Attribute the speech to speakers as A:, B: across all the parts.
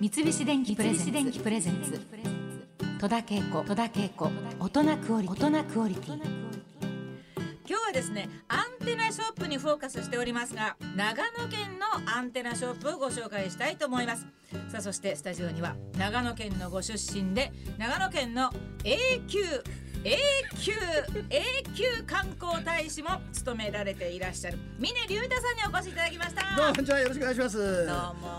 A: 三菱電機プレゼンツ戸田恵子戸田恵子大人クオリティ大人クオリティ
B: 今日はですねアンテナショップにフォーカスしておりますが長野県のアンテナショップをご紹介したいと思いますさあそしてスタジオには長野県のご出身で長野県の A 級 A 級 A 級観光大使も務められていらっしゃる峰龍太さんにお越しいただきました
C: どうもじゃあよろしくお願いします。どう
B: どうも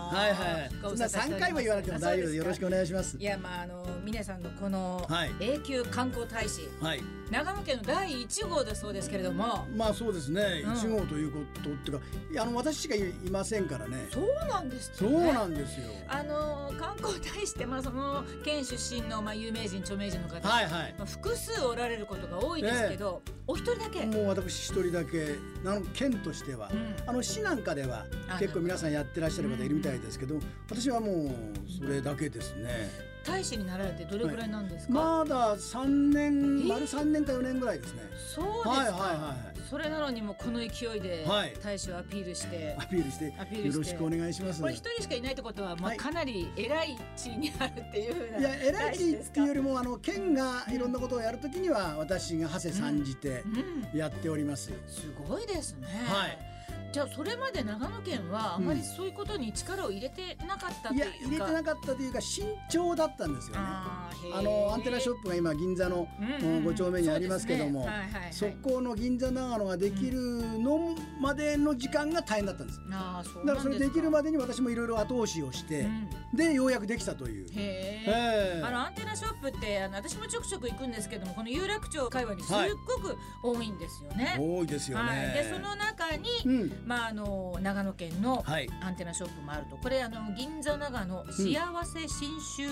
C: はいはい。
B: ご
C: そ
B: 無
C: ん
B: 沙
C: な
B: 汰しております
C: 三回も言わなくても大丈
B: あそう
C: 夫です。
B: ですか
C: よろしくお願いします
B: い。やまああの峰さんのこの
C: はい
B: A 級観光大使、
C: はい。
B: 長野県の第1号だそうですけれども
C: まあそうですね。
B: うん
C: 一号ということっていうか、いやあの私しかいいませんからね。
B: そうなんですって
C: そ
B: ね
C: うなんですよ。
B: あの観光大使って、まあ、その県出身の、まあ、有名人著名人の方、
C: はいはい。
B: まあ、複数おられることが多いですけど、お一人だけ、
C: もう私一人だけあの県としては、
B: うん
C: あの市なんかでは
B: あ
C: 結構皆さんやってらっしゃる方いるみたいですけど、私はもうそれだけですね。
B: 大使になられてどれぐらいなんですか、
C: まだ三
B: え
C: 年丸三年か四年ぐらいですね。
B: そうですか、
C: はいはいは
B: それなのにもうこの勢いで
C: はい
B: 大使をアピールして、
C: い。アピールして
B: アピールして
C: よろしくお願いします。
B: これ一人しかいないってことは、まあ、
C: はい
B: かなり偉い地位にあるっていうふうない
C: や偉
B: 大
C: い
B: 使です
C: っ
B: か
C: ていうよりもあの県がいろんなことをやるときには私が長谷参じて
B: うん
C: やっております。
B: すごいですね、
C: はい
B: じゃあそれまで長野県はあまりそういうことに力を入れてなかったっていう
C: いや
B: か、
C: 入れてなかったというか慎重だったんですよね。
B: あーへー
C: あのアンテナショップが今銀座の
B: うんうんうん
C: 5丁目にありますけども
B: そうですねはいはいはい
C: そこの銀座長野ができるのまでの時間が大変だったんです。
B: ああそうな
C: だからそ
B: ん
C: れ
B: す
C: できるまでに私もいろいろ後押しをして
B: うん
C: でようやくできたという。
B: へえ
C: ええ
B: あのアンテナショップってあの私もちょくちょく行くんですけどもこの有楽町界隈にすっごく多いんですよね。
C: 多いですよ
B: はい、で
C: ね
B: そ。の中に、
C: うん
B: まあ、あの長野県の
C: はい
B: アンテナショップもあるとこれあの銀座長野幸せ新州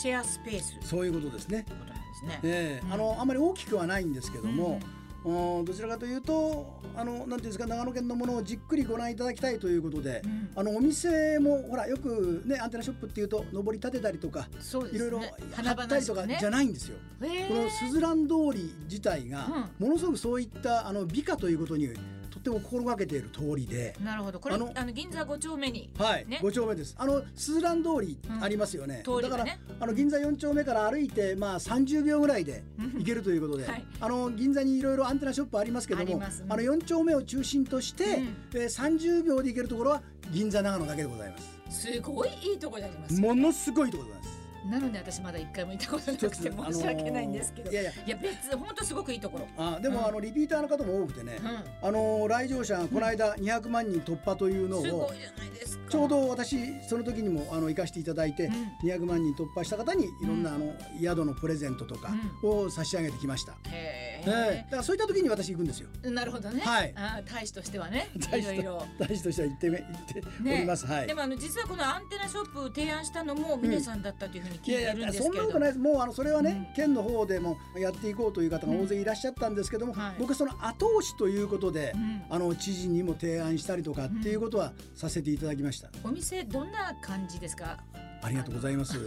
B: シェアスペースって
C: そういうことですね。
B: ことなんですね。
C: ええ
B: うん
C: あのあまり大きくはないんですけど
B: うんう
C: も
B: ん、
C: うんどちらかというとあのなんていうんですか長野県のものをじっくりご覧いただきたいということで、
B: うん
C: あのお店もほらよくねアンテナショップっていうと上り立てたりとか、
B: そうで
C: いろ
B: す
C: いろ
B: ね。
C: 貼ったりとかじゃ
B: な
C: ないんですよ。このすずらん通り自体が、ものすごくそういったあの美化ということにとっても心がけている通りで。
B: なるほどこれあ
C: あ
B: の
C: の
B: 銀座5丁目に
C: はい、
B: ね
C: 5丁目です。あのスズラン通り
B: うん
C: ありますよね。
B: 通り
C: だ
B: が
C: か
B: ね
C: らあの銀座4丁目から歩いてまあ30秒ぐらいで
B: うん
C: 行けるということで、
B: はい
C: あの銀座にいろいろアンテナショップありますけど
B: あり
C: も、
B: ますね
C: の4丁目を中心として、
B: うん
C: えー30秒で行けるところは銀座長野だけでございます。
B: すごいいいとこにありますよ
C: ものすごいところでございます。
B: なので私まだ一回も行った ことな
C: ちょ
B: く
C: っと
B: て申し訳ないんですけど、
C: あのーいやい
B: いや別本当すごくいいところ、
C: あでも、
B: うん
C: あのリピーターの方も多くてね、
B: う、
C: あのー来場者がこの間200万人突破というんのを、
B: すごいじゃないですか
C: ちょうど私その時にもあの行かせていただいて、
B: う
C: 200万人突破した方にいろんなあの宿のプレゼントとかを差し上げてきました、
B: へ
C: ええ
B: え
C: だからそういった時に私行くんですよ
B: なるほどね、
C: はい
B: あー大使としてはねい
C: 大
B: ろ
C: 使
B: いろ
C: と。大使としては行ってめ行っております、はい
B: でもあの実はこのアンテナショップを提案したのも峰さんだったというふうに聞いてるんですけれど、
C: そんなことないですもうあのそれはね、
B: うん
C: 県の方でもやっていこうという方が大勢いらっしゃったんですけども、
B: はい
C: 僕はその後押しということで、
B: うん
C: あの知事にも提案したりとかっていうことはさせていただきました、
B: お店どんな感じですか
C: ありがとうござ います。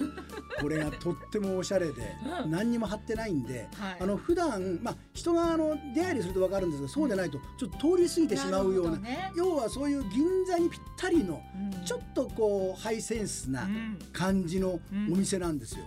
C: これがとってもおしゃれで、
B: うん
C: 何にも貼ってないんで、
B: はい
C: あの普段まあ人があの出入りするとわかるんですが、そうでないとちょっと通り過ぎてしまうような、
B: なるほ
C: 要はそういう銀座にぴったりの、
B: どね、
C: ちょ
B: っ
C: っとこうハイセンスな感じのお店なんですよ。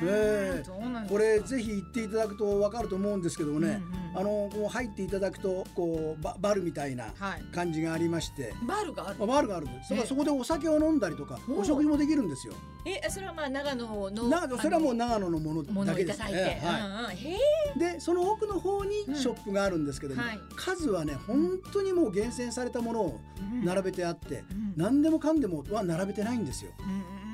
C: ええこれぜひ行っていただくとわかると思うんですけども
B: う
C: ね、
B: んうん
C: あのこう入っていただくとこうババルみたいな
B: はい
C: 感じがありまして、
B: バールがある
C: まあバルがあるんです。
B: え
C: だか
B: え
C: らそこでお酒を飲んだりとか、
B: おう
C: お食事もできるんですよ。
B: えそれはまあ長野の
C: 長
B: あの
C: 野それはもう長野のも
B: も
C: の
B: の
C: だ
B: を
C: け
B: いた
C: です
B: だいて、
C: ええは
B: うんうん、へえ
C: いでその奥の方に
B: うん
C: ショップがあるんですけども、
B: はい
C: 数はね本当にもう厳選されたものを並べてあって、何でもかんでもは並べてないんですよ。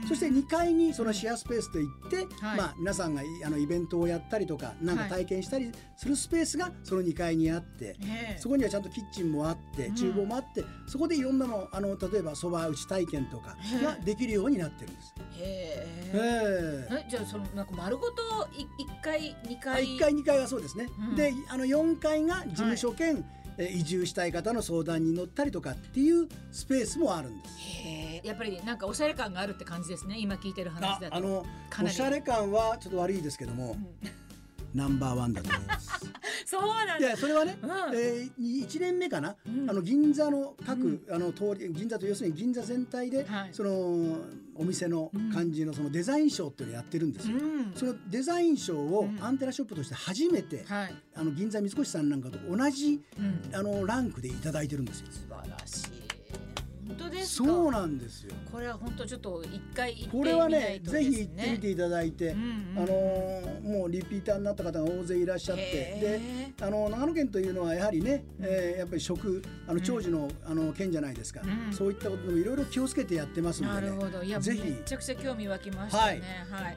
C: そして2階にそのシェアスペースといって、
B: はい
C: まあ、皆さんがいあのイベントをやったりとかなんか体験したりするスペースがその2階にあって、
B: こ
C: そこにはちゃんとキッチンもあって
B: うん
C: 厨房もあって、そこでいろんなのあの例えばそば打ち体験とかができるようになってるんです。
B: へ
C: え
B: ええ
C: え
B: じゃあそのなんか丸ごとい一回二
C: あ
B: 回
C: 1階2階はそうですね、
B: うん
C: であの4階が事務所兼、え移住したい方の相談に乗ったりとかっていうスペースもあるんです。
B: へえやっぱりなんかおしゃれ感があるって感じですね今聞いてる話
C: あ
B: だと
C: あの
B: かな
C: お
B: り
C: しゃれ感はちょっと悪いですけども、
B: ん
C: ナンバーワンだと思います。
B: そうなん
C: い
B: だ。
C: やそれはね、
B: うん
C: えー、1年目かな、
B: うん
C: あの銀座の各、あの通り銀座と要するに銀座全体で、
B: はい
C: そのお店の感じのそのデザイン賞っていうのをやってるんですよ。
B: うん。
C: そのデザイン賞を
B: うん
C: アンテナショップとして初めて、
B: はい。
C: あの銀座三越さんなんかと同じ
B: うん。
C: あのランクでいただいてるんですよ。
B: 素晴らしい。本当ですか。
C: そうなんですよ。
B: これは本当ちょっと一回行ってみないとですね。
C: これはねぜひ行ってみていただいて、
B: うんうん、
C: あのーもうリピーターになった方が大勢いらっしゃってで
B: へ
C: あの長野県というのはやはりね、
B: うん
C: えーやっぱり食あの長寿の,、あの県じゃないですか、
B: うん
C: そういったことでもいろいろ気をつけてやってます
B: ーな
C: ので、
B: る
C: ね、
B: ほど。いや、
C: ぜひ
B: めちゃくちゃ興味湧きましたね。はい。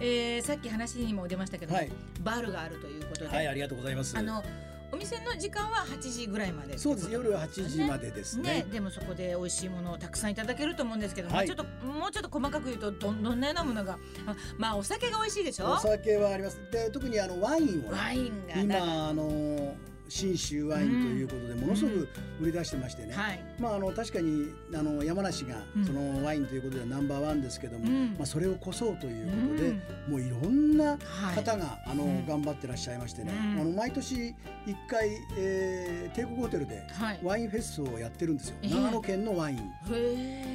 B: えーさっき話にも出ましたけど、
C: はい
B: バルがあるということで、
C: ありがとうございます
B: あのお店の時間は8時ぐらいまで。
C: そうです夜8時ま
B: で
C: でです
B: ね
C: ね
B: でもそこで美味しいものをたくさんいただけると思うんですけども、
C: はい
B: ちょっともうちょっと細かく言うとどんどんなようなものがあまあお酒が美味しいでしょ
C: お酒はありますで特にあのワインをね
B: ワインがな
C: 今あの信州ワインということでものすごく売り出してましてね、
B: はい、
C: まあ、あの確かにあの山梨が
B: うん
C: そのワインということではナンバーワンですけども、
B: うん
C: まあ、それをこそうということで、
B: うん
C: もういろんな
B: はい
C: 方があの、
B: うん
C: 頑張ってらっしゃいましてね、
B: うん
C: あの毎年一回、えー帝国ホテルで
B: はい
C: ワインフェスをやってるんですよ、
B: ええ
C: 長野県のワイン。
B: へえ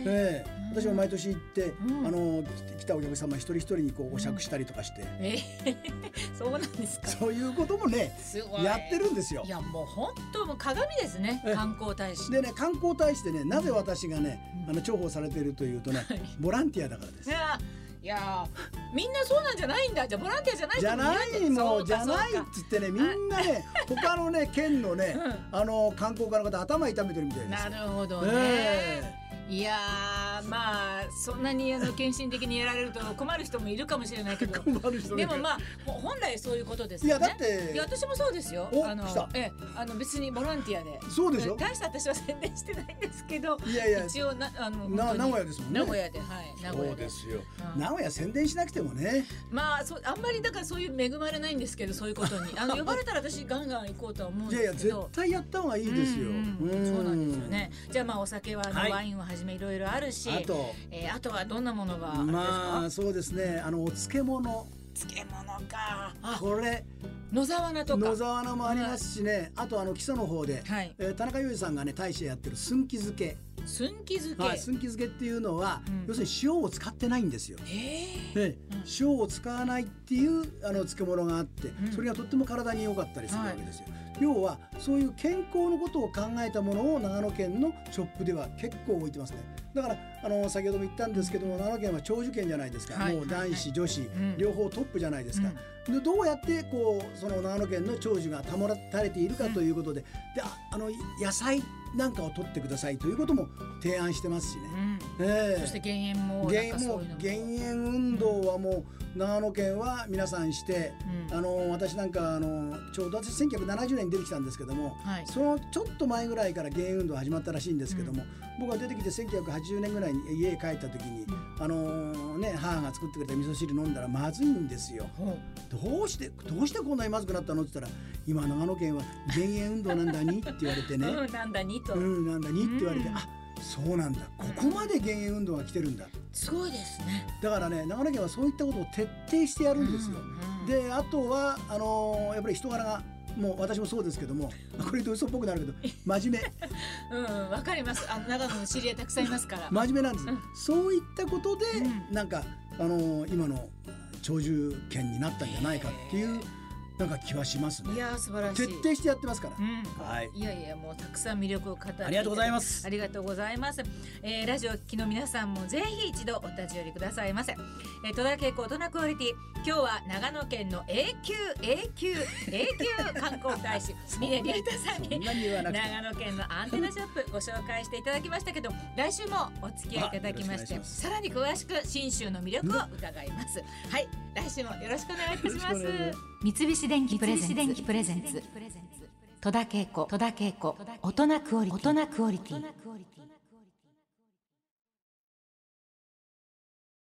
C: ええ
B: うん
C: 私も毎年行って、
B: うん
C: あのき来たお客様一人一人にこうお酌したりとかして、
B: えー そうなんですか
C: そういうこともね
B: すごい
C: やってるんですよ
B: い。やもう本当もう鏡ですね
C: え
B: 観光大使
C: でね観光大使でねなぜ私がね、
B: うん
C: あの重宝されているというとね、
B: はい
C: ボランティアだからです
B: い。やいやみんなそうなんじゃないんだじゃあボランティアじゃない
C: じゃ
B: 人も
C: ない
B: るんだ
C: の
B: そう
C: じ
B: か
C: ゃないっ
B: そうか
C: つってねみんなね他 のね県のね、あの観光家の方頭痛めてるみたいです
B: な
C: よ。
B: るほどね、
C: え
B: いやーまあそんなにあの献身的にやられると困る人もいるかもしれないけ
C: え
B: ど
C: 困る人
B: で
C: ね
B: もまあもう本来そういうことです
C: い
B: よ
C: や
B: ね
C: だって
B: いや私もそうですよ
C: お
B: あの
C: 来た
B: ええあの別にボランティアで
C: そうでしょ
B: 大した私は宣伝してないんですけど
C: いやいや
B: 一応なあの本当
C: な
B: に
C: 名古屋ですもんね。
B: 名古屋ではい名古
C: そ
B: 屋
C: う
B: で
C: ですよ。
B: うん
C: 名古屋宣伝しなくてもね。
B: まあそうあんまりだからそういう恵まれないんですけどそういうこと にあの呼ばれたら私ガンガン行こうとは思うん
C: い
B: で
C: やいや
B: すけ
C: 絶
B: ど。
C: 対やった方がいいですよ。
B: うんうん
C: ん
B: そうなんですよ。ね。じゃあまあお酒はあの
C: はい
B: ワインをはじめいろいろあるし、
C: あと
B: えーあとはどんなものがあるんですか。
C: まあそうですねあのお漬物
B: 漬物か。あ
C: これ
B: 野沢菜とか。
C: 野沢菜もありますしねあとあの基礎の方で、
B: はい。
C: えー田中裕二さんがね大使やってる寸木漬け。
B: すんき漬け。
C: はい、寸木漬けっていうのは、
B: うん
C: 要するに塩を使ってないんですよ。
B: ええ
C: ええ
B: うん
C: 塩を使わないっていうあの漬物があって、
B: ん
C: それがとっても体に良かったりするわけですよ、要はそういう健康のことを考えたものを長野県のショップでは結構置いてますねだからあの先ほども言ったんですけども長野県は長寿県じゃないですか、
B: はい
C: もう男子女子、
B: ん
C: 両方トップじゃないですか、でどうやってこうその長野県の長寿が保たれているかということで,、でああの野菜なんかを取ってくださいということも提案してますしね。
B: うん。
C: ええ
B: そして減塩もなん
C: 減
B: か
C: も
B: そう
C: う
B: いうのも。
C: 減塩運動はもう長野県は皆さんして、
B: うん
C: あの私なんかあのちょうど私1970年に出てきたんですけども、
B: はい。
C: そのちょっと前ぐらいから減塩運動始まったらしいんですけども、僕が出てきて1980年ぐらいに家へ帰った時に、あのね母が作ってくれた味噌汁飲んだらまずいんですよ。
B: ほう
C: どうしてどうしてこんなにまずくなったのって言ったら今長野県は減塩運動なんだにって言われ てね。
B: うんなんだにと、
C: うんなんだにって言われて、
B: うん
C: あそうなんだここまで減塩運動が来てるんだ
B: すごいですね。
C: だからね長野県はそういったことを徹底してやるんですよ。
B: うんうん
C: であとはあのーやっぱり人柄がもう私もそうですけども これと嘘っぽくなるけど真面 目
B: うんうんわかります。あの長野の知り合いたくさんいますから。
C: 真面目なんです、
B: うん
C: そういったことで、
B: う
C: なんかあのー今の長寿県になったんじゃないかっていうなんか気はします
B: い
C: ね
B: やー素晴らしい。
C: 徹底してやってますから、
B: うん。
C: はい
B: いやいやもうたくさん魅力を語っていただいて
C: ありがとうございます
B: ありがとうございます、えーラジオを聴きの皆さんもぜひ一度お立ち寄りくださいませ、えー、戸田恵子大人クオリティ今日は長野県の A 級 A 級 A 級観光大 使峰竜太さん
C: そん
B: に
C: なに言わなくて
B: 長野県のアンテナショップ ご紹介していただきましたけど来週もお付き合いいただきまして
C: あよろしくお願いします
B: さらに詳しく信州の魅力を伺いますはい来週もよろしくお願いいたしま
C: よろしくお願いします
B: す
A: 三菱電機プレゼンツ
D: 三菱電機プレゼンツ
A: 戸田恵子大人クオリティ大人クオリティ